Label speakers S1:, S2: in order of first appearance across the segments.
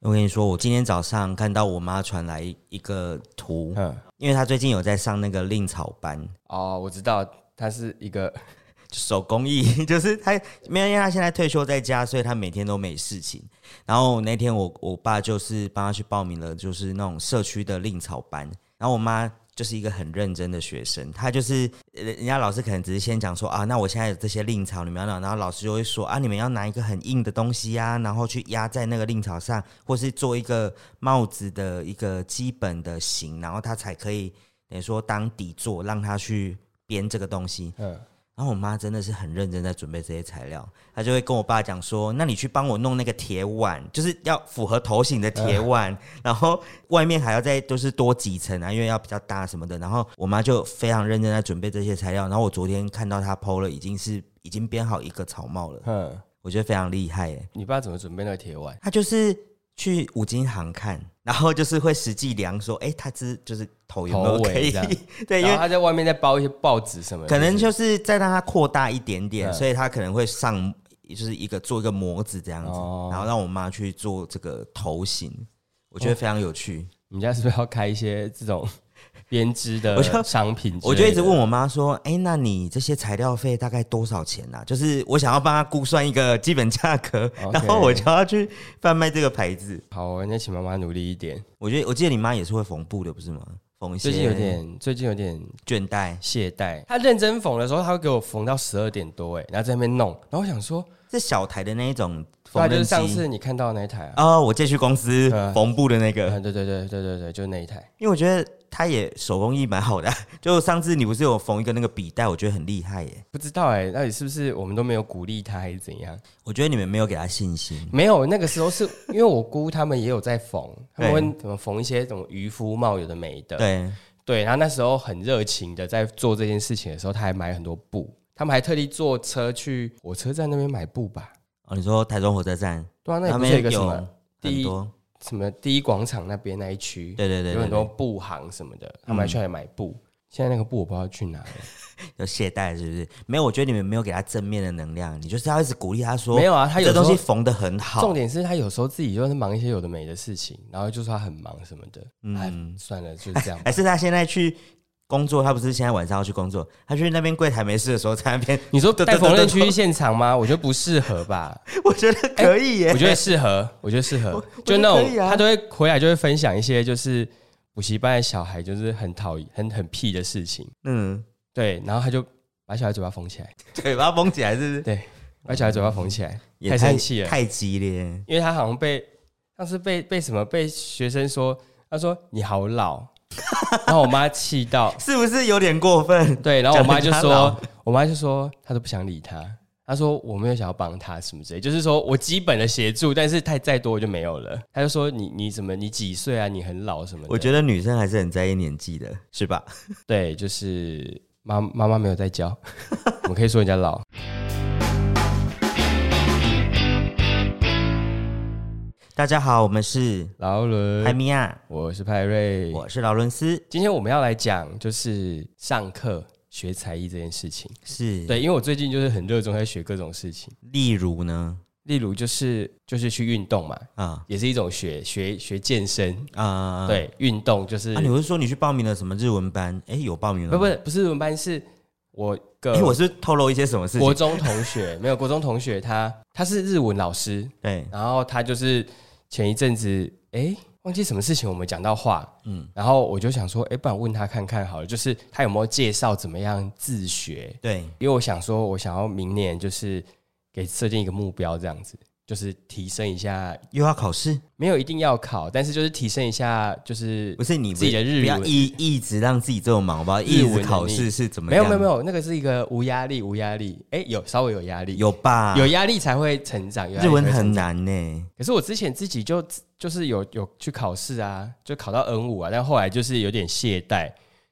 S1: 我跟你说，我今天早上看到我妈传来一个图，
S2: 嗯，
S1: 因为她最近有在上那个令草班，
S2: 哦，我知道，它是一个
S1: 就手工艺， 就是她没有，因为她现在退休在家，所以她每天都没事情。然后那天我我爸就是帮她去报名了，就是那种社区的令草班。然后我妈就是一个很认真的学生，她就是呃人家老师可能只是先讲说啊，那我现在有这些令草，你们要拿，然后老师就会说啊，你们要拿一个很硬的东西啊，然后去压在那个令草上，或是做一个帽子的一个基本的型，然后她才可以等于说当底座，让她去编这个东西。
S2: 嗯，
S1: 然后我妈真的是很认真在准备这些材料，她就会跟我爸讲说：“那你去帮我弄那个铁碗，就是要符合头型的铁
S2: 嗯
S1: 碗，然后外面还要再就是多几层啊，因为要比较大什么的。”然后我妈就非常认真在准备这些材料。然后我昨天看到她剖了，已经是已经编好一个草帽了，
S2: 嗯，
S1: 我觉得非常厉害耶。
S2: 你爸怎么准备那个铁碗？
S1: 她就是去五金行看，然后就是会实际量说：“哎，她这就是头有没有
S2: 头尾
S1: 可以
S2: 这样？”
S1: 欸对，因
S2: 然
S1: 为
S2: 后他在外面再包一些报纸什么的，
S1: 可能就是再让它扩大一点点，
S2: 嗯
S1: 所以它可能会上就是一个做一个模子这样子，
S2: 哦
S1: 然后让我妈去做这个头型，我觉得非常有趣。
S2: 你们家是不是要开一些这种编织的
S1: 我就
S2: 商品之类的？
S1: 我就一直问我妈说：“哎、那你这些材料费大概多少钱啊？”就是我想要帮她估算一个基本价格
S2: OK
S1: 然后我就要去贩卖这个牌子。
S2: 好，那请妈妈努力一点。
S1: 我觉得我记得你妈也是会缝布的，不是吗？缝一些
S2: 最近有点，最近有点
S1: 倦怠，
S2: 懈怠。他认真缝的时候，他会给我缝到十二点多，哎，然后在那边弄。然后我想说，
S1: 是小台的那一种缝
S2: 对
S1: 纫
S2: 啊，
S1: 机。
S2: 就是上次你看到的那一台啊，
S1: 哦，我借去公司
S2: 嗯
S1: 缝布的那个，
S2: 嗯，对对对对对对，就是那一台。
S1: 因为我觉得他也手工艺蛮好的啊、 就上次你不是有缝一个那个笔袋，我觉得很厉害耶。
S2: 不知道哎、到底是不是我们都没有鼓励他，还是怎样？
S1: 我觉得你们没有给他信心，
S2: 没有，那个时候是因为我姑他们也有在缝，他
S1: 对
S2: 们会怎么缝一些什么渔夫帽，有的没的。
S1: 对，
S2: 对，然后那时候很热情的在做这件事情的时候，他还买很多布，他们还特地坐车去火车站那边买布吧。
S1: 哦，你说台中火车站，
S2: 对啊，那里
S1: 他
S2: 不
S1: 们
S2: 是有一个什
S1: 有
S2: 么第
S1: 很
S2: 一
S1: 多，
S2: 什么第一广场那边那一区，
S1: 对对对嗯
S2: 有
S1: 对
S2: 很多
S1: 对，
S2: 布行什么的，他们还去那里买布。现在那个布我不知道去哪了。
S1: 有懈怠是不是？没有，我觉得你们没有给他正面的能量，你就是要一直鼓励他说，
S2: 没有啊，他有
S1: 这
S2: 时
S1: 东西
S2: 候
S1: 缝的很 好
S2: 重，点是他有时候自己就是忙一些有的没的事情，然后就说他很忙什么的。嗯，算了，就这样吧。
S1: 还是他现在去工作，他不是现在晚上要去工作，他去那边柜台没事的时候在那 边，
S2: 你说
S1: 对
S2: 带
S1: 对
S2: 缝
S1: 对
S2: 纫
S1: 对
S2: 区现场吗？我觉得不适 合吧，
S1: 我觉得可以耶，
S2: 哎我觉得适合，我觉得适合，
S1: 觉
S2: 就
S1: 得
S2: 那
S1: 可
S2: 种
S1: 以啊
S2: 他都会回来就会分享一些就是补习班的小孩就是很讨厌、很很屁的事情，
S1: 嗯，
S2: 对，然后他就把小孩嘴巴缝起来，
S1: 嘴巴封起来是不是？
S2: 对，把小孩嘴巴缝起来，
S1: 也
S2: 太生气了，
S1: 太激烈，
S2: 因为他好像被上次被被什么被学生说，他说你好老， 然后我妈气到，
S1: 是不是有点过分？
S2: 对，然后我妈就
S1: 讲人家
S2: 说
S1: 老，
S2: 我妈就说她都不想理他，她说我没有想要帮他什么之类，就是说我基本的协助，但是太再多我就没有了。她就说你你怎么你几岁啊，你很老什么的。
S1: 我觉得女生还是很在意年纪的，是 吧？
S2: 对，就是妈妈妈没有在 教，我们可以说人家老。
S1: 大家好，我们是
S2: 劳
S1: 海
S2: 伦，
S1: 米亚，
S2: 我是派瑞，
S1: 我是劳伦斯，
S2: 今天我们要来讲就是上课学才艺这件事情。
S1: 是。
S2: 对，因为我最近就是很热衷在学各种事情，
S1: 例如呢，
S2: 例如就是就是去运动嘛，
S1: 啊
S2: 也是一种学学学健身。
S1: 啊，
S2: 对，运动就是、
S1: 啊，你不是说你去报名了什么日文班？哎，有报名了
S2: 不
S1: 吗？
S2: 不呃是不是我们班，是我个
S1: 哎，我是透露一些什么事
S2: 国
S1: 情？
S2: 中同学， 没有国中同学他，他是日文老师，
S1: 对，
S2: 然后他就是前一阵子哎、忘记什么事情我们讲到话，
S1: 嗯，
S2: 然后我就想说哎、不然问他看看好了，就是他有没有介绍怎么样自学，
S1: 对，
S2: 因为我想说我想要明年就是给设定一个目标这样子，就是提升一下，
S1: 又要考试，
S2: 没有一定要考，但是就是提升一下就是
S1: 不是你
S2: 自己的日
S1: 不要
S2: 文
S1: 一一直让自己这么忙，好不好？
S2: 日
S1: 一
S2: 文能
S1: 直
S2: 力
S1: 考试是怎么
S2: 没有
S1: 样？
S2: 没有没有，那个是一个无压力，无压力。哎、有稍微有压力，
S1: 有吧？
S2: 有压力才会成长。有压力
S1: 日文
S2: 才会成
S1: 很
S2: 长。
S1: 难呢，
S2: 可是我之前自己就就是有有去考试啊，就考到 N 五啊，但后来就是有点懈怠。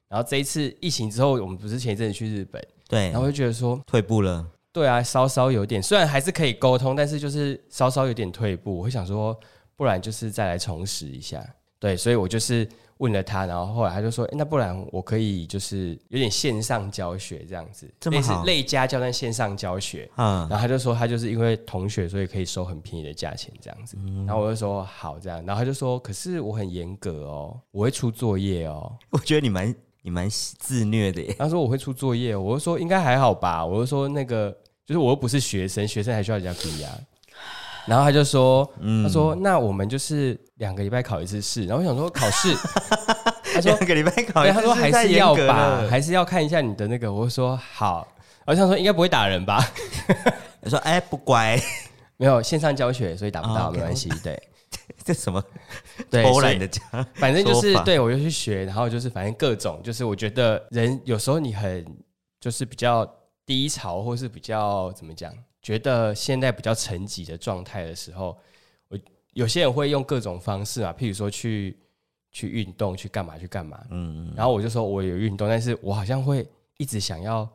S2: 然后这一次疫情之后，我们不是前一阵子去日本，
S1: 对
S2: 然，后我就觉得说，
S1: 退步了，
S2: 对啊，稍稍有点，虽然还是可以沟通，但是就是稍稍有点退步。我会想说，不然就是再来重拾一下。对，所以我就是问了他，然后后来他就说，诶那不然我可以就是有点线上教学这样子，
S1: 这么
S2: 类似
S1: 好
S2: 类家教但线上教学。
S1: 嗯，
S2: 然后他就说他就是因为同学，所以可以收很便宜的价钱这样子。
S1: 嗯
S2: 然后我就说好这样，然后他就说可是我很严格哦，我会出作业哦。
S1: 我觉得你蛮你蛮自虐的耶。
S2: 他说我会出作业，我就说应该还好吧，我就说那个就是我又不是学生，学生还需要人家给啊。然后他就说，
S1: 嗯
S2: 他说那我们就是两个礼拜考一次试，然后我想说考 试，他说
S1: 两个礼拜考一次，
S2: 对，他说还
S1: 太
S2: 是
S1: 严
S2: 要
S1: 格
S2: 吧，
S1: 了
S2: 还是要看一下你的那个，我就说好，我想说应该不会打人吧，
S1: 我说哎，不乖，
S2: 没有线上教学，所以打不
S1: 哦
S2: 到
S1: ，OK，
S2: 没关系， 对
S1: 这什么
S2: 对，
S1: 偷
S2: 所以
S1: 懒的家？
S2: 反正就是
S1: 说法
S2: 对我就去学，然后就是反正各种，就是我觉得人有时候你很就是比较低潮，或是比较怎么讲，觉得现在比较沉寂的状态的时候，我有些人会用各种方式啊，譬如说去去运动，去干嘛去干嘛。
S1: 嗯，
S2: 然后我就说我有运动，但是我好像会一直想要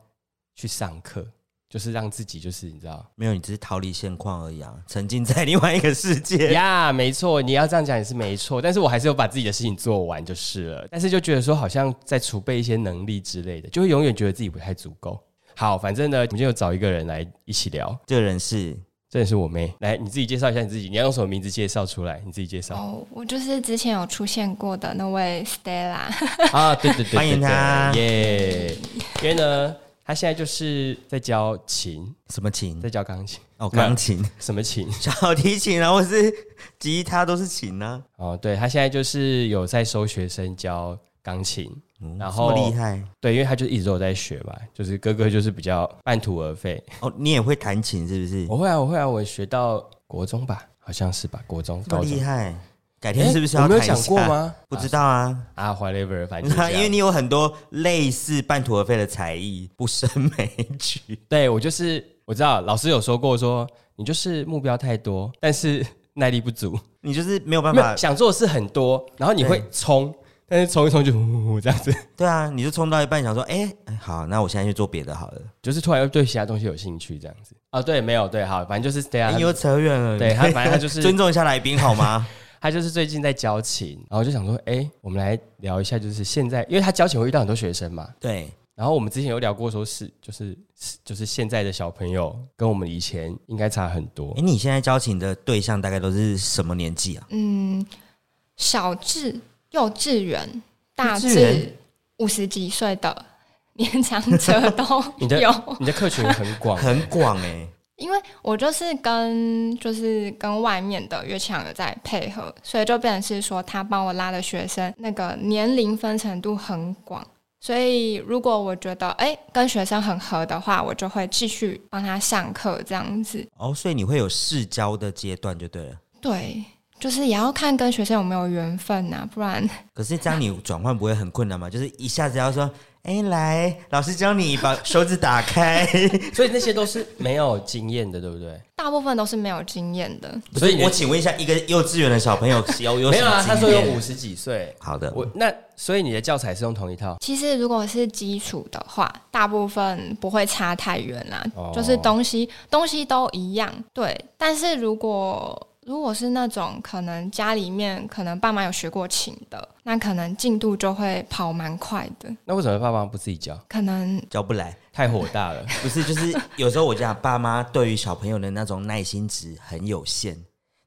S2: 去上课，就是让自己就是你知道。
S1: 没有，你只是逃离现况而已啊，沉浸在另外一个世界。
S2: 呀没错，你要这样讲也是没错，但是我还是有把自己的事情做完就是了。但是就觉得说，好像在储备一些能力之类的，就会永远觉得自己不太足够。好，反正呢，我们就找一个人来一起聊，
S1: 这个人是
S2: 这也是我妹。来，你自己介绍一下你自己，你要用什么名字介绍出来？你自己介绍
S3: 哦，我就是之前有出现过的那位 Stella，
S2: 啊！对对对，对
S1: 欢迎她
S2: 对耶！因为呢，她现在就是在教琴，
S1: 什么琴
S2: 在？教钢琴，
S1: 哦，钢琴、
S2: 什么琴？
S1: 小提琴啊，或是吉他都是琴啊。
S2: 哦，对，她现在就是有在收学生教钢琴，
S1: 嗯
S2: 然
S1: 这么
S2: 后
S1: 厉 害
S2: 对，因为他就一直都有在学嘛，就是哥哥就是比较半途而废。
S1: 哦，你也会弹琴是不是？
S2: 我会啊，我会啊，我学到国中吧，好像是吧，国中、
S1: 这
S2: 高
S1: 么
S2: 中
S1: 厉。害，改
S2: 诶
S1: 天是不是
S2: 我
S1: 要
S2: 没
S1: 弹
S2: 有
S1: 一下
S2: 讲过？吗？
S1: 不知道啊，
S2: 啊，whatever，反正就是这
S1: 那
S2: 样
S1: 因为你有很多类似半途而废的才艺，不胜 枚举。
S2: 对我就是我知道老师有说过说你就是目标太多，但是耐力不足，
S1: 你就是没有办
S2: 没
S1: 法
S2: 有，想做的事很多，然后你会
S1: 对
S2: 冲，但是冲一冲就呼呼呼这样子，
S1: 对啊，你就冲到一半想说，哎、哎好，那我现在去做别的好了。
S2: 就是突然又对其他东西有兴趣这样子。啊，对，没有对，好，反正就是这样
S1: 哎、。又扯远了。
S2: 啊对他反正他就是
S1: 尊重一下来宾好 吗？
S2: 他就是最近在教琴，然后我就想说，哎、我们来聊一下，就是现在，因为他教琴会遇到很多学生嘛，
S1: 对，
S2: 然后我们之前有聊过说是，就是是就是现在的小朋友跟我们以前应该差很多
S1: 哎、，你现在交情的对象大概都是什么年纪啊？
S3: 嗯，小至幼稚园，
S1: 幼
S3: 大
S1: 稚园
S3: 至五十几岁的年长 者都
S2: 你的
S3: 有。
S2: 你的客群很 广，
S1: 很广哎、
S3: 因为我就是跟就是跟外面的乐器行有在配合，所以就变成是说他帮我拉的学生那个年龄分程度很广，所以如果我觉得哎、诶跟学生很合的话，我就会继续帮他上课这样子。
S1: 哦，所以你会有试交的阶段就对了。
S3: 对，就是也要看跟学生有没有缘分呐、不然
S1: 可是这样你转换不会很困难吗？就是一下子要说，哎、来，老师教你把手指打开。
S2: 所以那些都是没有经验的，对不对？
S3: 大部分都是没有经验的。
S2: 所
S1: 不
S2: 以你
S1: 是我请问一下，一个幼稚园的小朋友有有
S2: 没
S1: 什
S2: 有
S1: 么
S2: 啊，
S1: 经
S2: 他说有
S1: 验
S2: 五十几岁，
S1: 好的，
S2: 我那所以你的教材是用同一套，
S3: 其实如果是基础的话，大部分不会差太远啦，
S2: 哦
S3: 就是东西东西都一样。对，但是如果如果是那种可能家里面可能爸妈有学过琴的，那可能进度就会跑蛮快的，
S2: 那为什么爸妈不自己教？
S3: 可能
S1: 教不来。
S2: 太火大 了，
S1: 不是，就是有时候我讲，爸妈对于小朋友的那种耐心值很有限，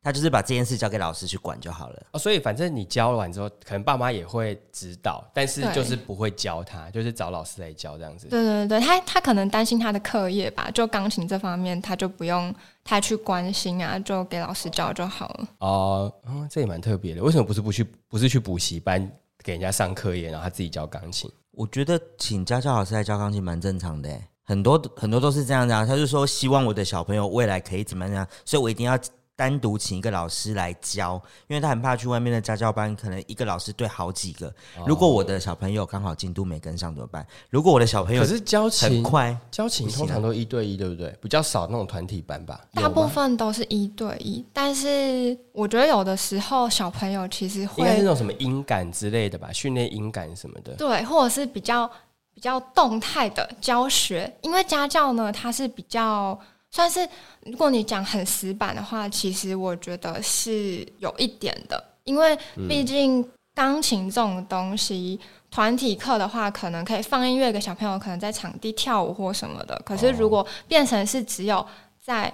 S1: 他就是把这件事交给老师去管就好了。
S2: 哦，所以反正你教完之后，可能爸妈也会指导，但是
S3: 对
S2: 就是不会教他，就是找老师来教这样子。
S3: 对对对，他他可能担心他的课业吧，就钢琴这方面他就不用太去关心啊，就给老师教就好了。
S2: 哦，哦这也蛮特别的。为什么不是不去，不是去补习班给人家上课业，然后他自己教钢琴？
S1: 我觉得请家教老师来教钢琴蛮正常的欸，很多很多都是这样的、啊。他就说希望我的小朋友未来可以怎么样，所以我一定要单独请一个老师来教，因为他很怕去外面的家教班，可能一个老师对好几个。如果我的小朋友刚好进度没跟上怎么办？如果我的小朋友
S2: 可是教
S1: 很
S2: 琴，
S1: 快，
S2: 教琴通常都一对一，对不对？比较少那种团体班吧。
S3: 大部
S2: 有吗
S3: 分都是一对一，但是我觉得有的时候小朋友其实
S2: 应该是
S3: 会
S2: 那种什么音感之类的吧，训练音感什么的。
S3: 对，或者是比较比较动态的教学，因为家教呢，它是比较算是，如果你讲很死板的话，其实我觉得是有一点的，因为毕竟钢琴这种东西，团体课的话，可能可以放音乐给小朋友，可能在场地跳舞或什么的。可是如果变成是只有在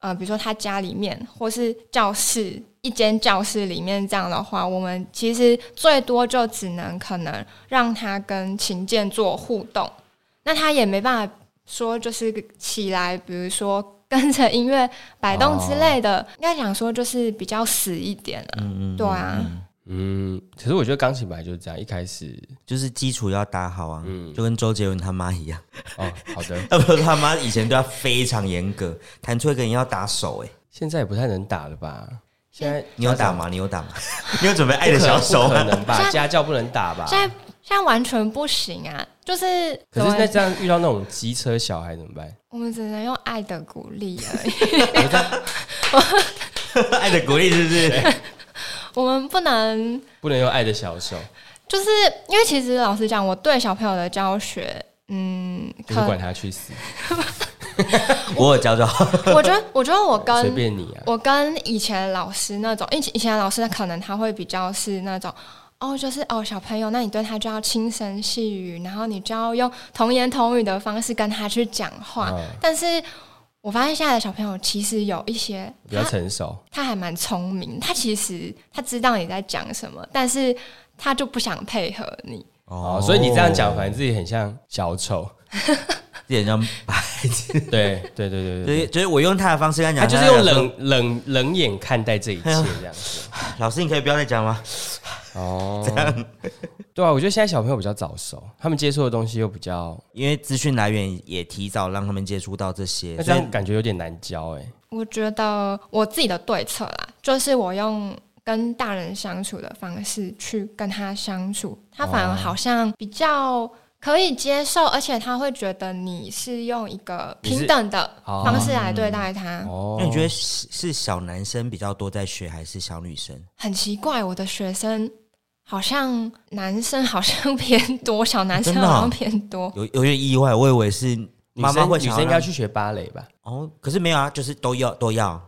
S3: 呃，比如说他家里面或是教室一间教室里面这样的话，我们其实最多就只能可能让他跟琴键做互动，那他也没办法说就是起来，比如说。跟着音乐摆动之类的，
S2: 哦
S3: 应该讲说就是比较死一点啊，
S1: 嗯嗯，
S3: 对啊，
S2: 嗯，可是我觉得钢琴本来就是这样，一开始
S1: 就是基础要打好啊，
S2: 嗯
S1: 就跟周杰伦他妈一样，
S2: 哦，好的，
S1: 要不然他妈以前对他非常严格，弹出一个人要打手、欸，哎，
S2: 现在也不太能打了吧？现在
S1: 你有打吗？你有打吗？ 你有准备爱的小手
S2: 不可
S1: 吗？
S2: 能吧？
S3: 现在
S2: 家教不能打吧？
S3: 现在现在完全不行啊，就是
S2: 可是那
S3: 怎么
S2: 这样遇到那种机车小孩怎么办？
S3: 我们只能用爱的鼓励而已，
S1: 爱的鼓励是不是？
S3: 我们不能
S2: 不能用爱的小手，
S3: 就是因为其实老实讲，我对小朋友的教学，嗯，
S2: 就是
S3: 可
S2: 管他去死，
S1: 我有教教，
S3: 我觉得我觉得我
S2: 随
S3: 跟
S2: 便你啊。
S3: 我跟以前的老师那种，以前以前的老师可能他会比较是那种。哦，就是哦，小朋友，那你对他就要轻声细语，然后你就要用童言童语的方式跟他去讲话。
S2: 嗯
S3: 但是我发现现在的小朋友其实有一些
S2: 比较
S3: 他
S2: 成熟，
S3: 他还蛮聪明，他其实他知道你在讲什么，但是他就不想配合你。
S2: 哦，所以你这样讲，反正自己很像 小丑。
S1: 自己很像白痴，
S2: 对对对对
S1: 所
S2: 对
S1: 以就是我用他的方式跟他
S2: 他
S1: 讲，
S2: 就是用
S1: 他
S2: 冷冷冷眼看待这一切
S1: 哎呀
S2: 这 样
S1: 讲
S2: 子。
S1: 说老师，你可以不要再讲吗？
S2: 哦， 对啊，我觉得现在小朋友比较早熟，他们接触的东西又比较，
S1: 因为资讯来源也提早让他们接触到这些
S2: 那，这
S1: 所以
S2: 样感觉有点难教哎。
S3: 我觉得我自己的对策啦，就是我用跟大人相处的方式去跟他相处，他反而
S2: 哦
S3: 好像比较可以接受，而且他会觉得你是用一个
S2: 你是
S3: 平等的
S2: 哦
S3: 方式来对待他。
S2: 哦
S1: 那你觉得是是小男生比较多在学，还是小女生？
S3: 很奇怪，我的学生好像男生好像 偏多，小男生
S1: 真
S2: 哦
S1: 的啊
S3: 好像偏多。
S1: 有有点意外，我以为是
S2: 女
S1: 妈妈
S2: 生
S1: 会
S2: 女
S1: 想
S2: 生应
S1: 要
S2: 该
S1: 让
S2: 去学芭蕾吧？
S1: 哦，可是没有啊，就是都要都要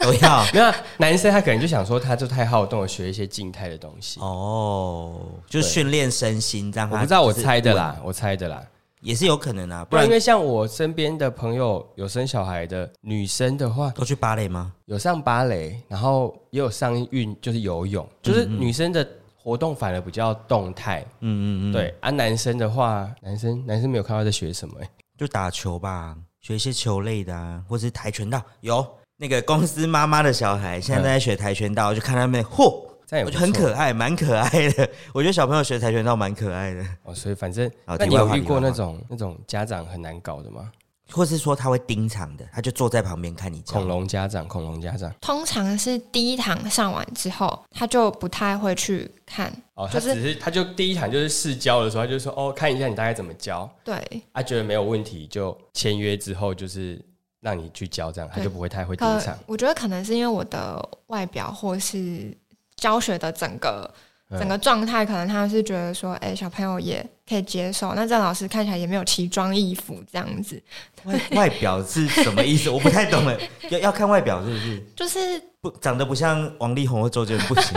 S1: 都 要
S2: 没有啊，男生他可能就想说，他就太好动了，学一些静态的东西。
S1: 哦，就是训练身心，让
S2: 我
S1: 他
S2: 不知道，我
S1: 就是
S2: 猜的啦，我猜的啦。
S1: 也是有可能啊，
S2: 不
S1: 不
S2: 然
S1: 然
S2: 因为像我身边的朋友有生小孩的女生的话，
S1: 都去芭蕾吗？
S2: 有上芭蕾，然后也有上运，就是游泳，
S1: 嗯
S2: 就是女生的活动反而比较动态。
S1: 嗯嗯嗯，，
S2: 对啊，男生的话，男生男生没有看到在学什么、欸，
S1: 就打球吧，学一些球类的啊，或是跆拳道。有那个公司妈妈的小孩现在都在学跆拳道，我就看他们，嚯，
S2: 这
S1: 我
S2: 样也嗯哎
S1: 觉得
S2: 不错
S1: 很可爱，蛮可爱的。 我觉得小朋友学跆拳道蛮可爱的，
S2: 哦。所以反正，
S1: 好
S2: 那你
S1: 题外
S2: 有
S1: 话
S2: 遇过
S1: 题外话
S2: 那种那种家长很难搞的吗？
S1: 或是说他会盯场的，他就坐在旁边看你
S2: 恐
S1: 教。
S2: 龙家长，恐龙家长，
S3: 通常是第一堂上完之后，他就不太会去看。
S2: 哦，他
S3: 就是
S2: 只是他就第一堂就是试教的时候，他就说哦，看一下你大概怎么教，
S3: 对，
S2: 啊，觉得没有问题就签约之后就是让你去教这样，他
S3: 对
S2: 就不会太会盯
S3: 可
S2: 场。
S3: 我觉得可能是因为我的外表或是教学的整个
S2: 嗯
S3: 整个状态，可能他是觉得说，哎、小朋友也可以接受。那这老师看起来也没有奇装异服这样子，
S1: 外外表是什么意思？我不太懂哎， 要要看外表是不是？
S3: 就是
S1: 不长得不像王力宏或周杰伦不 行，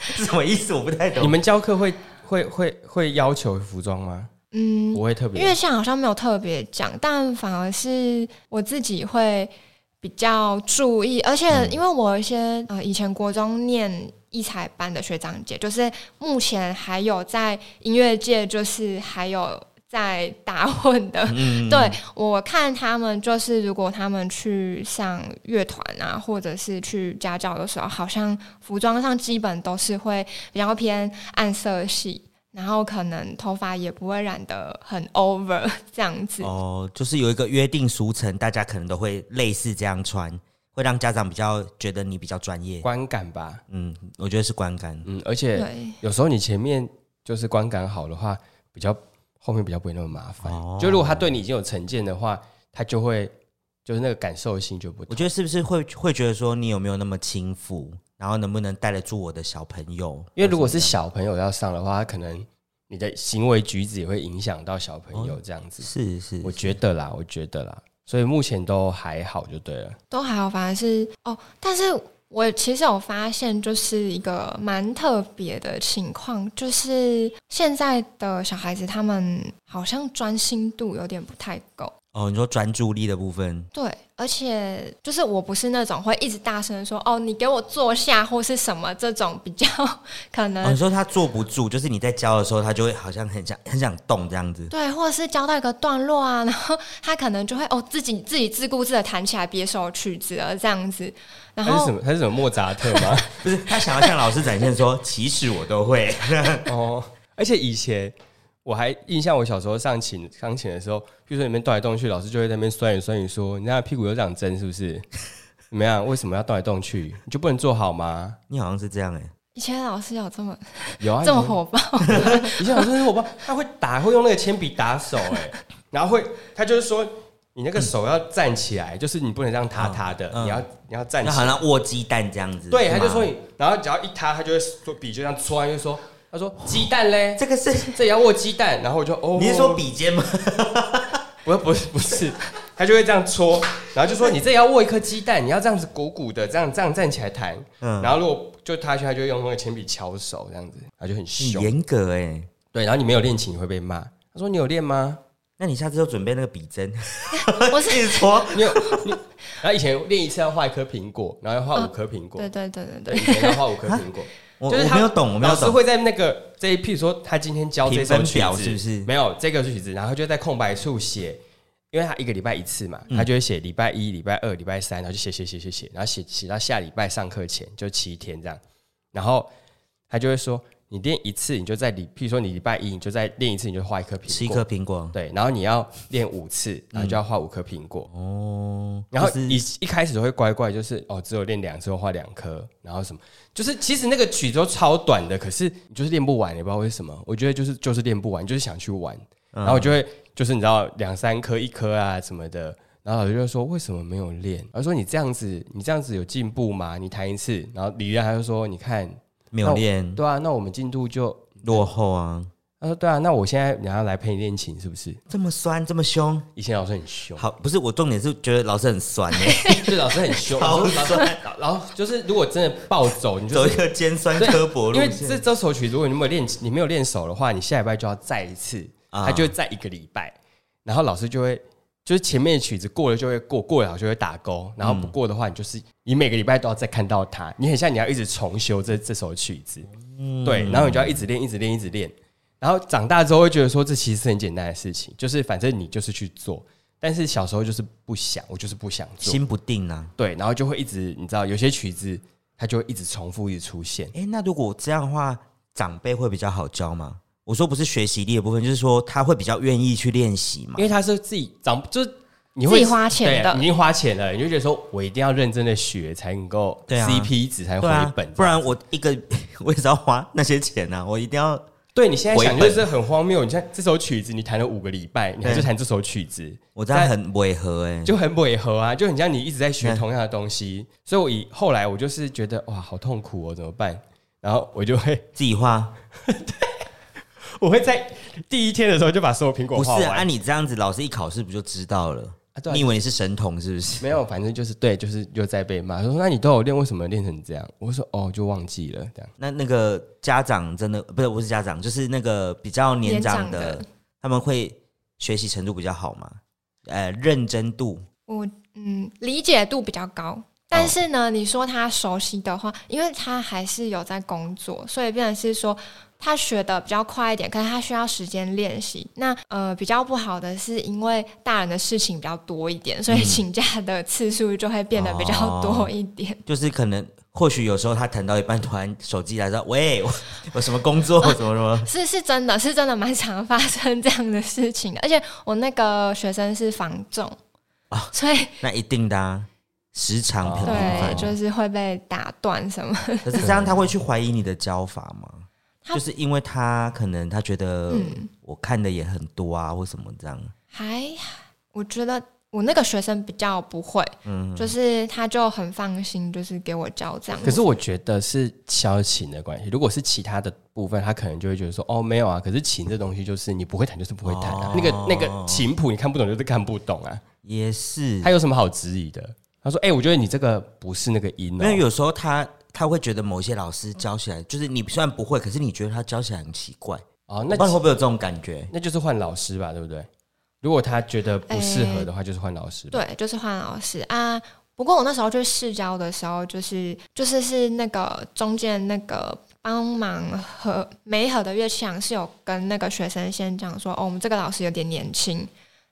S1: 是什么意思？我不太懂。
S2: 你们教课会会会会要求服装吗？
S3: 嗯，
S2: 不会特别
S3: 因为像好像没有特别讲，但反而是我自己会比较注意，而且因为我有一些呃以前国中念艺才班的学长姐，就是目前还有在音乐界，就是还有在打混的。
S1: 嗯，
S3: 对我看他们，就是如果他们去上乐团啊，或者是去家教的时候，好像服装上基本都是会比较偏暗色系，然后可能头发也不会染得很 over 这样子。
S1: 哦，就是有一个约定俗成，大家可能都会类似这样穿，会让家长比较觉得你比较专业。
S2: 观感吧，
S1: 嗯，我觉得是观感。
S2: 嗯，而且
S3: 对，
S2: 有时候你前面就是观感好的话，比较后面比较不会那么麻烦。
S1: 哦
S2: 就如果他对你已经有成见的话，他就会就是那个感受性就不
S1: 我
S2: 同。
S1: 觉得是不是会会觉得说你有没有那么轻浮，然后能不能带得住我的小朋友？
S2: 因为如果是小朋友要上的话，他可能你的行为举止也会影响到小朋友这样子。
S1: 哦是是，
S2: 我觉得啦，我觉得啦，所以目前都还好就对了。
S3: 啊都还好，反而是哦，但是。我其实有发现，就是一个蛮特别的情况，就是现在的小孩子他们好像专心度有点不太够。
S1: 哦，你说专注力的部分，
S3: 对，而且就是我不是那种会一直大声说“哦，你给我坐下”或是什么这种比较 可能、
S2: 呃
S1: 哦，你说他坐不住，就是你在教的时候，他就会好像很想很想动这样子。
S3: 对，或者是交代个段落啊，然后 他可能就会哦自己自己自顾自的弹起来别首曲子了这样子，然
S2: 哎他是
S3: 后
S2: 什么？他是什么莫扎特吗？
S1: 不是他想要向老师展现说，其实我都会。
S2: 哦，而且以前我还印象，我小时候上琴钢琴的时候，比如说你们动来动去，老师就会在那边酸语酸语说：“你那屁股有长针是不是？怎么样？为什么要动来动去？你就不能坐好吗
S1: 你好像是这样哎、
S3: 以前老师有这么？”
S2: 有啊，
S3: 这么
S2: 以前
S3: 火爆，
S2: 以前老师我爸他会打，会用那个铅笔打手、哎，然后会他就是说你那个手要站起来，就是你不能这样塌塌的，
S1: 嗯嗯
S2: 你要你要站
S1: 那
S2: 起
S1: 好
S2: 来。
S1: 像握鸡蛋这样子。
S2: 对，
S1: 是
S2: 他
S1: 吗
S2: 就说你，然后只要一塌，他就会说笔就这样戳，他就说他说鸡蛋嘞，
S1: 这个 是
S2: 这也要握鸡蛋，然后我就哦，
S1: 你是说笔 尖吗？
S2: 不是不是不是， 他就会这样戳，然后就说你这也要握一颗鸡蛋，你要这样子鼓鼓的，这样这样站起来弹。
S1: 嗯，
S2: 然后如果就他去，他就会用那个铅笔敲手这样子，然后就很
S1: 你
S2: 凶。
S1: 严格哎、
S2: 对，然后你没有练琴，你会被骂。他说你有练吗？
S1: 那你下次就准备那个笔 针，
S3: 不是
S1: 一直戳。
S2: 你有你。 然后以前练一次要画一颗苹果，然后要画五颗苹果
S3: 对。对对
S2: 对，
S3: 对哦对，
S2: 以前要画五颗苹果。
S1: 我
S2: 就是
S1: 我
S2: 他
S1: 没有懂，我没有
S2: 老师
S1: 懂。
S2: 会在那个这一譬如说他今天教这首曲
S1: 评分表
S2: 子
S1: 是不是
S2: 没有这个曲子，然后就在空白处写，因为他一个礼拜一次嘛，
S1: 嗯
S2: 他就会写礼拜一、礼拜二、礼拜三，然后就写写写写写，然后写写到下礼拜上课前就七天这样，然后他就会说你练一次，你就在礼，譬如说你礼拜一你就再练一次，你就画一颗苹果，
S1: 吃一颗苹果
S2: 对，然后你要练五次，然后就要画五颗苹果。
S1: 哦，
S2: 然后
S1: 就是
S2: 一一开始都会乖乖，就是哦，只有练两次，或画两颗，然后什么，就是其实那个曲都超短的，可是你就是练不完，也不知道为什么。我觉得就是就是练不完，就是想去玩，
S1: 嗯
S2: 然后我就会就是你知道两三颗一颗啊什么的，然后老师就说为什么没有练？他说你这样子，你这样子有进步吗？你弹一次，然后李亮他就说你看，
S1: 没有练
S2: 对啊，那我们进度就
S1: 落后啊，
S2: 他说对啊，那我现在你要来陪你练琴是不是？
S1: 这么酸这么凶，
S2: 以前老师很 凶，
S1: 好不是我重点是觉得老师很酸哎、
S2: 对老师很凶，老师老师老然后就是如果真的暴走，你就
S1: 走
S2: 是
S1: 一个尖酸刻薄路
S2: 因为
S1: 线
S2: 这这首曲，如果你没有练，你没有练手的话，你下礼拜就要再一次，
S1: 啊
S2: 它就再一个礼拜，然后老师就会。就是前面的曲子过了就会过，过了老师就会打勾，然后不过的话，你就是你每个礼拜都要再看到它，你很像你要一直重修这这首曲子，
S1: 嗯
S2: 对，然后你就要一直练，一直练，一直练，然后长大之后会觉得说这其实是很简单的事情，就是反正你就是去做，但是小时候就是不想，我就是不想做，
S1: 心不定啊。
S2: 对，然后就会一直你知道有些曲子它就会一直重复，一直出现，
S1: 哎、那如果这样的话，长辈会比较好教吗？我说不是学习力的部分，就是说他会比较愿意去练习嘛
S2: 因。为他是自己长，就是你会
S3: 自己花钱的
S2: 对你已经花钱了，你就觉得说我一定要认真的学才能够
S1: 对啊
S2: CP 值才会
S1: 对
S2: 回
S1: 啊
S2: 本，，
S1: 不然我一个 我也是要花那些钱啊，我一定要
S2: 对你现在想
S1: 回本
S2: 就是很荒谬。你看这首曲子，你弹了五个礼拜，你还是弹这首曲子，
S1: 我这样很违和哎、
S2: 就很违和啊，就很像你一直在学同样的东西。所以我以后来我就是觉得哇，好痛苦哦，怎么办？然后我就会，
S1: 自己画
S2: 我会在第一天的时候就把所有苹果
S1: 不是
S2: 画完。
S1: 啊？你这样子，老师一考试不就知道了？
S2: 啊对啊
S1: 你以为你是神童是不是？
S2: 没有，反正就是对，就是又在被骂。说那你都有练，为什么练成这样？我说哦，就忘记了这样。
S1: 那那个家长真的呃不是不是家长，就是那个比较年长的，
S3: 年长的
S1: 他们会学习程度比较好嘛？呃，认真度
S3: 我嗯理解度比较高。但是呢，你说他熟悉的话，因为他还是有在工作，所以变成是说他学的比较快一点，可是他需要时间练习。那呃，比较不好的是，因为大人的事情比较多一点，所以请假的次数就会变得比较多一点。
S1: 就是可能或许有时候他谈到一半，突然手机来说：“喂，我我什么工 作？什么什么
S3: 是是真的是真的蛮常发生这样的事情的，而且我那个学生是房仲
S1: 啊
S3: 所以？”
S1: 那一定的、啊，时常
S2: 哦
S1: 很频
S3: 对
S1: 繁。
S3: 就是会被打断什么。
S1: 可是这样他会去怀疑你的教法吗？
S3: 他
S1: 就是因为他可能他觉得
S3: 嗯
S1: 我看的也很多啊，或什么这样。
S3: 还我觉得我那个学生比较不会，
S1: 嗯，
S3: 就是他就很放心，就是给我教这样。
S2: 可是我觉得是消琴的关系，如果是其他的部分，他可能就会觉得说哦没有啊。可是琴这东西就是你不会弹就是不会弹啊，
S1: 哦
S2: 那个那个琴谱你看不懂就是看不懂啊，
S1: 也是
S2: 它。有什么好质疑的？他说：“哎、我觉得你这个不是那个音哦、
S1: 因为有时候他他会觉得某些老师教起来，就是你虽然不会，可是你觉得他教起来很奇怪，
S2: 哦，
S1: 那
S2: 那
S1: 不知道会不会有这种感觉？
S2: 那就是换老师吧，对不对？如果他觉得不适合的话，就是换老师吧。
S3: 对，就是换老师啊。不过我那时候去试教的时候，就是就是是那个中间那个帮忙和美和的乐器行是有跟那个学生先讲说，哦，我们这个老师有点年轻，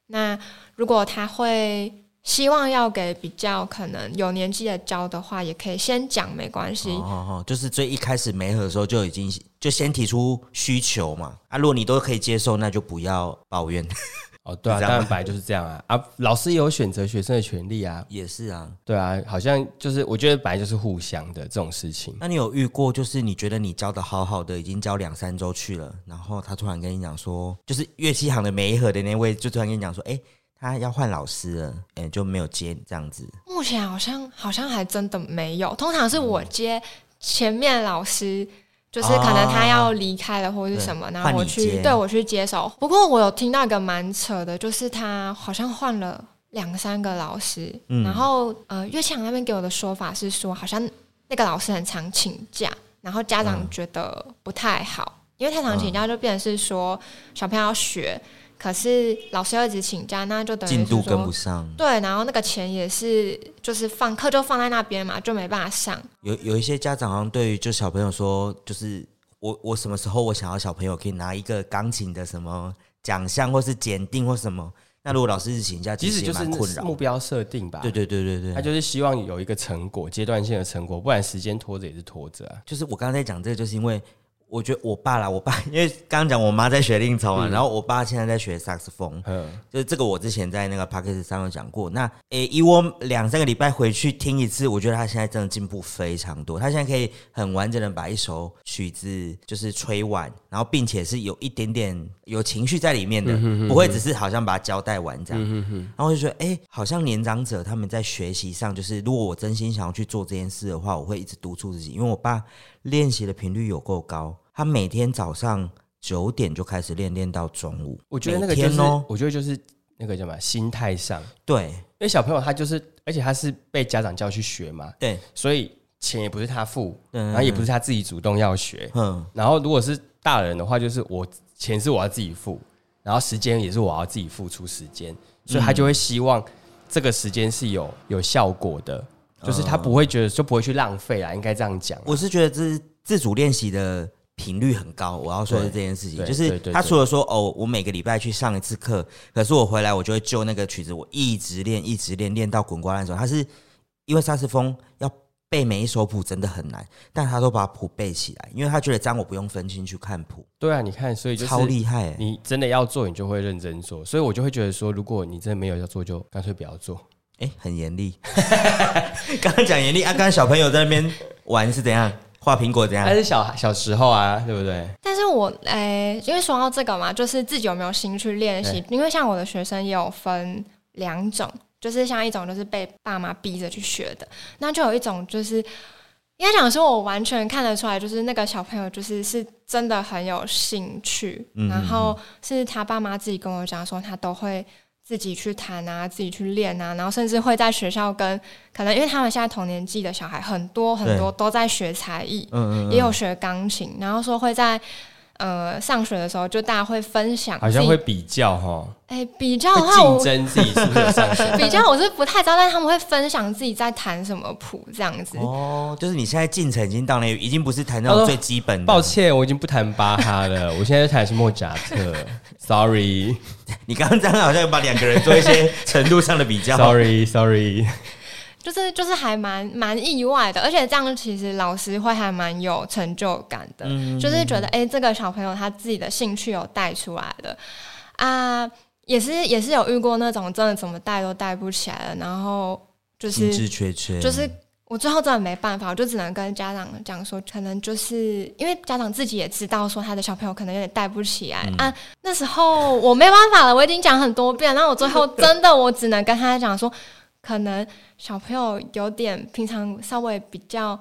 S3: 那如果他会希望要给比较可能有年纪的教的话，也可以先讲没关系。
S1: 哦哦，就是最一开始没合的时候就已经就先提出需求嘛。啊，如果你都可以接受，那就不要抱怨。
S2: 哦，对啊，
S1: 是这样吗
S2: 当然本来就是这样啊啊，老师也有选择学生的权利啊，
S1: 也是啊，
S2: 对啊，好像就是我觉得本来就是互相的这种事情。
S1: 那你有遇过就是你觉得你教的好好的，已经教两三周去了，然后他突然跟你讲说，就是乐器行的每一盒的那位就突然跟你讲说，哎、他要换老师了，哎、就没有接这样子。
S3: 目前好像好像还真的没有，通常是我接前面老师，就是可能他要离开了或是什么，
S1: 对
S3: 然后我
S1: 嗯换你
S3: 去
S1: 接
S3: 对我去接手。不过我有听到一个蛮扯的，就是他好像换了两三个老师，
S1: 嗯
S3: 然后呃，乐器行那边给我的说法是说，好像那个老师很常请假，然后家
S1: 嗯
S3: 长觉得不太好，因为太常请假就变成是说小朋友要学。可是老师要一直请假，那就等于
S1: 进度
S3: 是说
S1: 跟不上，
S3: 对，然后那个钱也是，就是放课就放在那边嘛，就没办法上。
S1: 有有一些家长好像对于就小朋友说，就是我我什么时候我想要小朋友可以拿一个钢琴的什么奖项或是检定或什么，那如果老师是请假，
S2: 即使
S1: 实也
S2: 就是
S1: 蛮困扰
S2: 目
S1: 的。
S2: 标设定吧，
S1: 对对对对对，
S2: 他就是希望有一个成果，阶段性的成果，不然时间拖着也是拖着啊。
S1: 就是我刚才在讲这个，就是因为我觉得我爸啦，我爸因为刚刚讲我妈在学令草嘛，然后我爸现在在学萨克斯风，
S2: 嗯，
S1: 就是这个我之前在那个 p a c k a g e 上有讲过。那诶、以我两三个礼拜回去听一次，我觉得他现在真的进步非常多。他现在可以很完整的把一首曲子就是吹完，然后并且是有一点点有情绪在里面的，不会只是好像把它交代完这样。然后我就觉得，诶，好像年长者他们在学习上，就是如果我真心想要去做这件事的话，我会一直督促自己，因为我爸练习的频率有够高，他每天早上。九点就开始练，练到中午。
S2: 我觉得那个就
S1: 每
S2: 是，
S1: 天哦，
S2: 我觉得就是那个叫什么啊心态上，因
S1: 对
S2: 为小朋友他就是，而且他是被家长叫去学嘛，
S1: 对，
S2: 所以钱也不是他付，
S1: 嗯
S2: 然后也不是他自己主动要学，
S1: 嗯，
S2: 然后如果是大人的话，就是我钱是我要自己付，然后时间也是我要自己付出时间，所以他就会希望这个时间是有有效果的，就是他不会觉得就不会去浪费啦，应该这样讲啊。
S1: 嗯我是觉得这是自主练习的频率很高。我要说的是这件事情，
S2: 对
S1: 就
S2: 对
S1: 是
S2: 对
S1: 他
S2: 对
S1: 除了说哦，我每个礼拜去上一次课，可是我回来我就会就那个曲子，我一直练，一直练，练到滚瓜烂熟。他是因为萨克斯风要背每一首谱真的很难，但他都把谱背起来，因为他觉得这样我不用分心去看谱，
S2: 对啊，你看，所以就是
S1: 超厉害、欸。
S2: 你真的要做，你就会认真做。所以我就会觉得说，如果你真的没有要做，就干脆不要做。
S1: 哎、很严厉。 刚刚讲严厉啊，刚刚小朋友在那边玩是怎样？画苹果怎样
S2: 但？是小小时候啊，对不对？
S3: 但是我诶、因为说到这个嘛，就是自己有没有心去练习，因为像我的学生也有分两种，就是像一种就是被爸妈逼着去学的，那就有一种就是应该讲说，我完全看得出来，就是那个小朋友就是是真的很有兴趣，
S1: 嗯
S3: 然后是他爸妈自己跟我讲说，他都会。自己去弹啊，自己去练啊，然后甚至会在学校跟可能，因为他们现在同年纪的小孩很多很多都在学才艺，
S1: 嗯嗯
S3: 也有学钢琴，然后说会在呃上学的时候，就大家会分享
S2: 好
S3: 自己，
S2: 像会比较哈，
S3: 哎、比较的话，
S2: 会竞
S3: 我？
S2: 争自己是不是有上升
S3: 比较我是不太知道，但他们会分享自己在弹什么谱这样子。
S1: 哦，就是你现在进程已经到那，已经不是弹那种最基本的。
S2: 抱歉，我已经不弹巴哈了，我现在弹的是莫扎特。Sorry，Sorry，Sorry
S1: 你刚刚这样好像有把两个人做一 些程度上的比较。
S2: sorry,
S3: 就是就是还蛮蛮意外的，而且这样其实老师会还蛮有成就感的，
S2: 嗯
S3: 就是觉得哎、诶这个小朋友他自己的兴趣有带出来的啊，也是也是有遇过那种真的怎么带都带不起来的，然后就 是
S1: 兴致缺缺，
S3: 就是我最后真的没办法，我就只能跟家长讲说，可能就是因为家长自己也知道说他的小朋友可能有点带不起来、啊。那时候我没办法了，我已经讲很多遍，那我最后真的我只能跟他讲说，可能小朋友有点平常稍微比较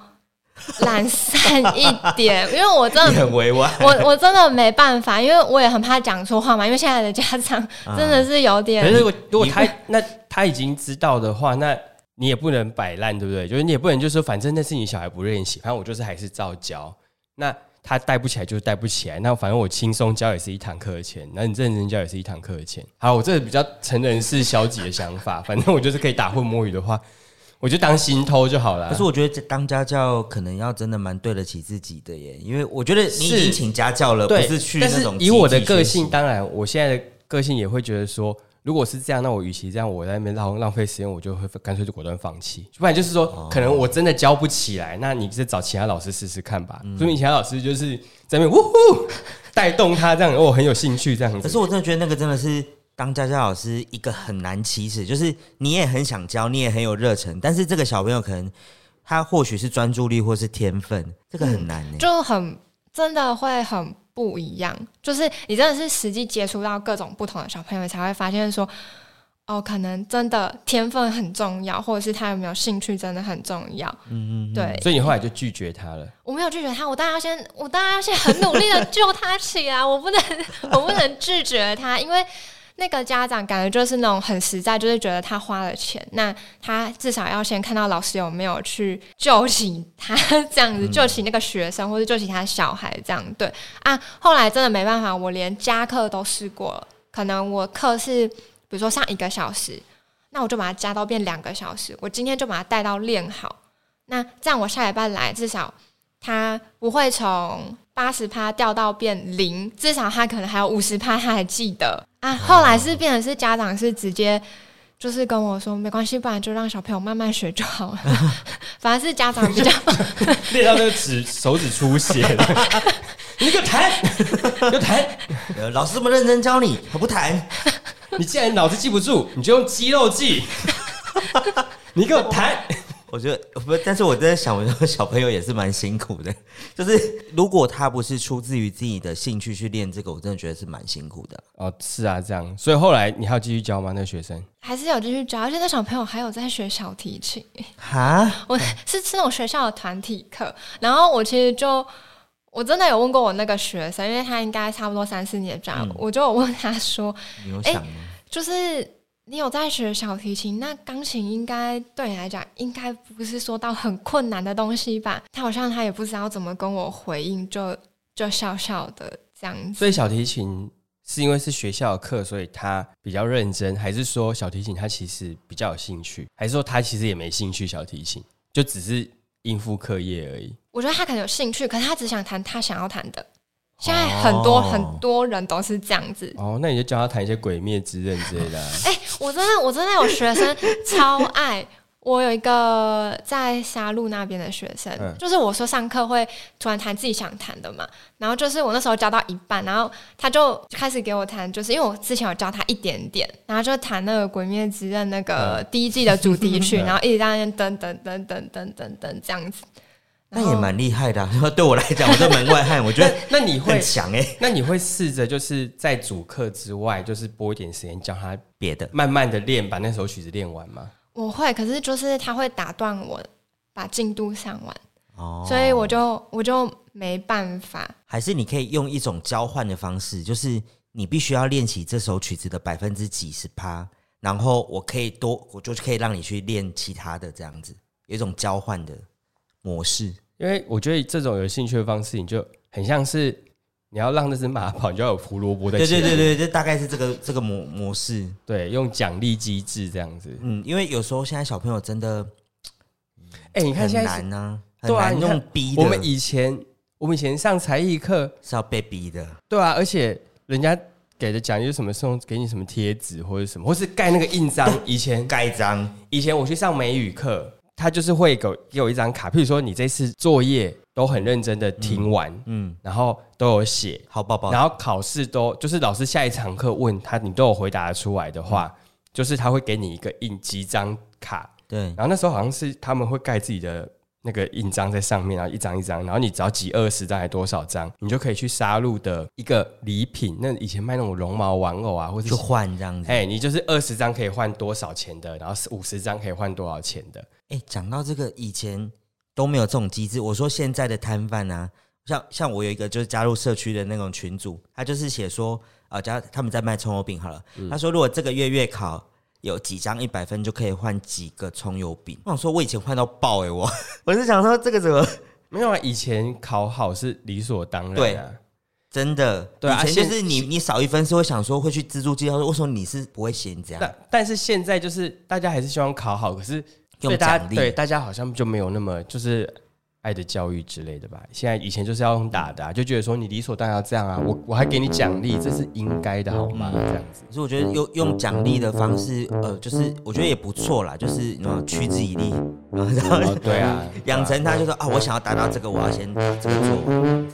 S3: 懒散一点，因为我真
S1: 你
S3: 的
S1: 很委婉。
S3: 我我真的没办法，因为我也很怕讲错话嘛，因为现在的家长真的是有点、
S2: 可是如果如果他
S1: 你
S2: 那他已经知道的话，那你也不能摆烂，对不对？就是你也不能就说，反正那是你小孩不练习，反正我就是还是照教。那他带不起来就是带不起来，那反正我轻松教也是一堂课的钱，那你认真教也是一堂课的钱。好，我这个比较成人式消极的想法，反正我就是可以打混摸鱼的话，我就当行偷就好了。
S1: 可是我觉得这当家教可能要真的蛮对得起自己的耶，因为我觉得你已经
S2: 是
S1: 请家教了，不
S2: 对，
S1: 是去
S2: 但
S1: 那
S2: 是
S1: 种
S2: 以我的
S1: 集体
S2: 个
S1: 学
S2: 性，
S1: 习
S2: 当然我现在的个性也会觉得说，如果是这样，那我与其这样，我在那边浪浪费时间，我就会干脆就果断放弃。不然就是说，
S1: 哦
S2: 可能我真的教不起来，那你再找其他老师试试看吧。说明其他老师就是在那边呜呼带动他这样，我、很有兴趣这样
S1: 可
S2: 子
S1: 是。我真的觉得那个真的是当家教老师一个很难启齿，就是你也很想教，你也很有热忱，但是这个小朋友可能他或许是专注力或是天分，这个
S2: 嗯
S1: 很难耶。
S3: 就很真的会很不一样。就是你真的是实际接触到各种不同的小朋友，你才会发现说，哦，可能真的天分很重要，或者是他有没有兴趣真的很重要。嗯嗯，对。
S2: 所以你后来就拒绝他了。
S3: 我没有拒绝他，我当然要先，我当然要先很努力的救他起来， 我不能，我不能拒绝他，因为那个家长感觉就是那种很实在，就是觉得他花了钱，那他至少要先看到老师有没有去救起他 这样子，救起那个学生或者救起他小孩这样。对啊，后来真的没办法，我连加课都试过了，可能我课是比如说上一个小时，那我就把它加到变两个小时，我今天就把它带到练好。那这样我下礼拜来至少它不会从八十趴掉到变零，至少他可能还有五十趴，他还记得啊。后来是变成是家长是直接就是跟我说没关系，不然就让小朋友慢慢学就好了。 反而是家长比较
S2: 练到那个指手指出血了， 你给我弹，给我弹！
S1: 呃老师这么认真教你，我不谈。
S2: 你既然脑子记不住，你就用肌肉记。 你给我弹！
S1: 我觉得不，但是我在想，我觉得小朋友也是蛮辛苦的。 就是如果他不是出自于自己的兴趣去练这个，我真的觉得是蛮辛苦的。
S2: 哦，是啊，这样。所以后来你还要继续教吗？那个学生？
S3: 还是有继续教，而且那小朋友还有在学小提琴。
S1: 哈，
S3: 我是是那种学校的团体课，然后我其实就我真的有问过我那个学生，因为他应该差不多三四年级吧，我就有问他说，
S1: 你有
S3: 哎
S1: 想吗？
S3: 就是你有在学小提琴，那钢琴应该对你来讲，应该不是说到很困难的东西吧？他好像他也不知道怎么跟我回应，就就笑笑的这样子。
S2: 所以小提琴是因为是学校的课，所以他比较认真，还是说小提琴他其实比较有兴趣，还是说他其实也没兴趣小提琴，就只是应付课业而已？
S3: 我觉得他可能有兴趣，可是他只想弹他想要弹的。现在很多、
S1: 哦
S3: 很多人都是这样子。
S2: 哦，那你就教他弹一些《鬼灭之刃》之类的、啊。
S3: 哎、我真的我真的有学生超爱。我有一个在沙鹿那边的学生，
S2: 嗯
S3: 就是我说上课会突然弹自己想弹的嘛，然后就是我那时候教到一半，然后他就开始给我弹，就是因为我之前有教他一点点，然后就弹那个《鬼灭之刃》那个
S2: 嗯
S3: 第一季的主 题曲，
S2: 嗯
S3: 然后一直在那边噔噔噔噔噔噔噔这样子，
S1: 那
S3: 然后
S1: 也蛮厉害的、啊。 对我来讲，我这门外汉，我 觉得
S2: 那你会
S1: 很，强哎、
S2: 那你会试着就是在主课之外，就是拨一点时间教他
S1: 别的
S2: 慢慢的练，把那首曲子练完吗？
S3: 我会，可是就是他会打断我把进度上完，
S1: 哦，
S3: 所以我就我就没办法，
S1: 还是你可以用一种交换的方式，就是你必须要练习这首曲子的百分之几十趴，然后我可以多，我就可以让你去练其他的这样子，有一种交换的模式。
S2: 因为我觉得这种有兴趣的方式，你就很像是你要让那只马跑，你就要有胡萝卜在
S1: 对
S2: 前
S1: 对
S2: 面。
S1: 对对，这大概是这个这个模模式。
S2: 对，用奖励机制这样子。
S1: 嗯，因为有时候现在小朋友真的
S2: 哎、你看
S1: 很
S2: 现在是
S1: 难啊，很
S2: 对啊
S1: 难
S2: 你看
S1: 用逼的，
S2: 我们以前我们以前上才艺课，
S1: 是要被逼的。
S2: 对啊，而且人家给的奖励是什么送给你什么贴纸或者什么，或是盖那个 印章。以前
S1: 盖章
S2: 以前我去上美语课，他就是会给我给我一张卡，譬如说你这次作业都很认真的听完，
S1: 嗯，
S2: 然后都有写，
S1: 好宝宝，
S2: 然后考试都就是老师下一堂课问他，你都有回答得出来的话，就是他会给你一个印几张卡，
S1: 对，
S2: 然后那时候好像是他们会盖自己的那个印章在上面，然后一张一张，然后你只要集二十张还多少张，你就可以去杀戮的一个礼品。那以前卖那种绒毛玩偶啊，或者
S1: 就换这样子。
S2: 哎，你就是二十张可以换多少钱的，然后五十张可以换多少钱的。
S1: 哎、讲到这个，以前都没有这种机制。我说现在的摊贩啊，像像我有一个就是加入社区的那种呃群组，他就是写说，啊，假如他们在卖葱油饼好了，他说如果这个月月考有几张一百分就可以换几个葱油饼。我想说，我以前换到爆哎、我 我是想说这个怎么
S2: 没有啊，以前考好是理所当然啊。
S1: 真的？
S2: 对啊
S1: 以前就
S2: 现
S1: 是你你少一分是会想说会去资助计，他说为什么你是不会写你这样？
S2: 但但是现在就是大家还是希望考好，可是
S1: 用
S2: 对大家
S1: 奖励
S2: 对大家好像就没有那么就是爱的教育之类的吧。现在以前就是要用打的、啊，就觉得说你理所当然要这样啊，我我还给你奖励，这是应该的好
S1: 嗯
S2: 吗？这样子。
S1: 可是我觉得用用奖励的方式，呃，就是我觉得也不错啦，就是你知道趋之以利， 然后
S2: 哦，对 啊，
S1: 养成他就说啊，我想要达到这个，我要先把这个做完。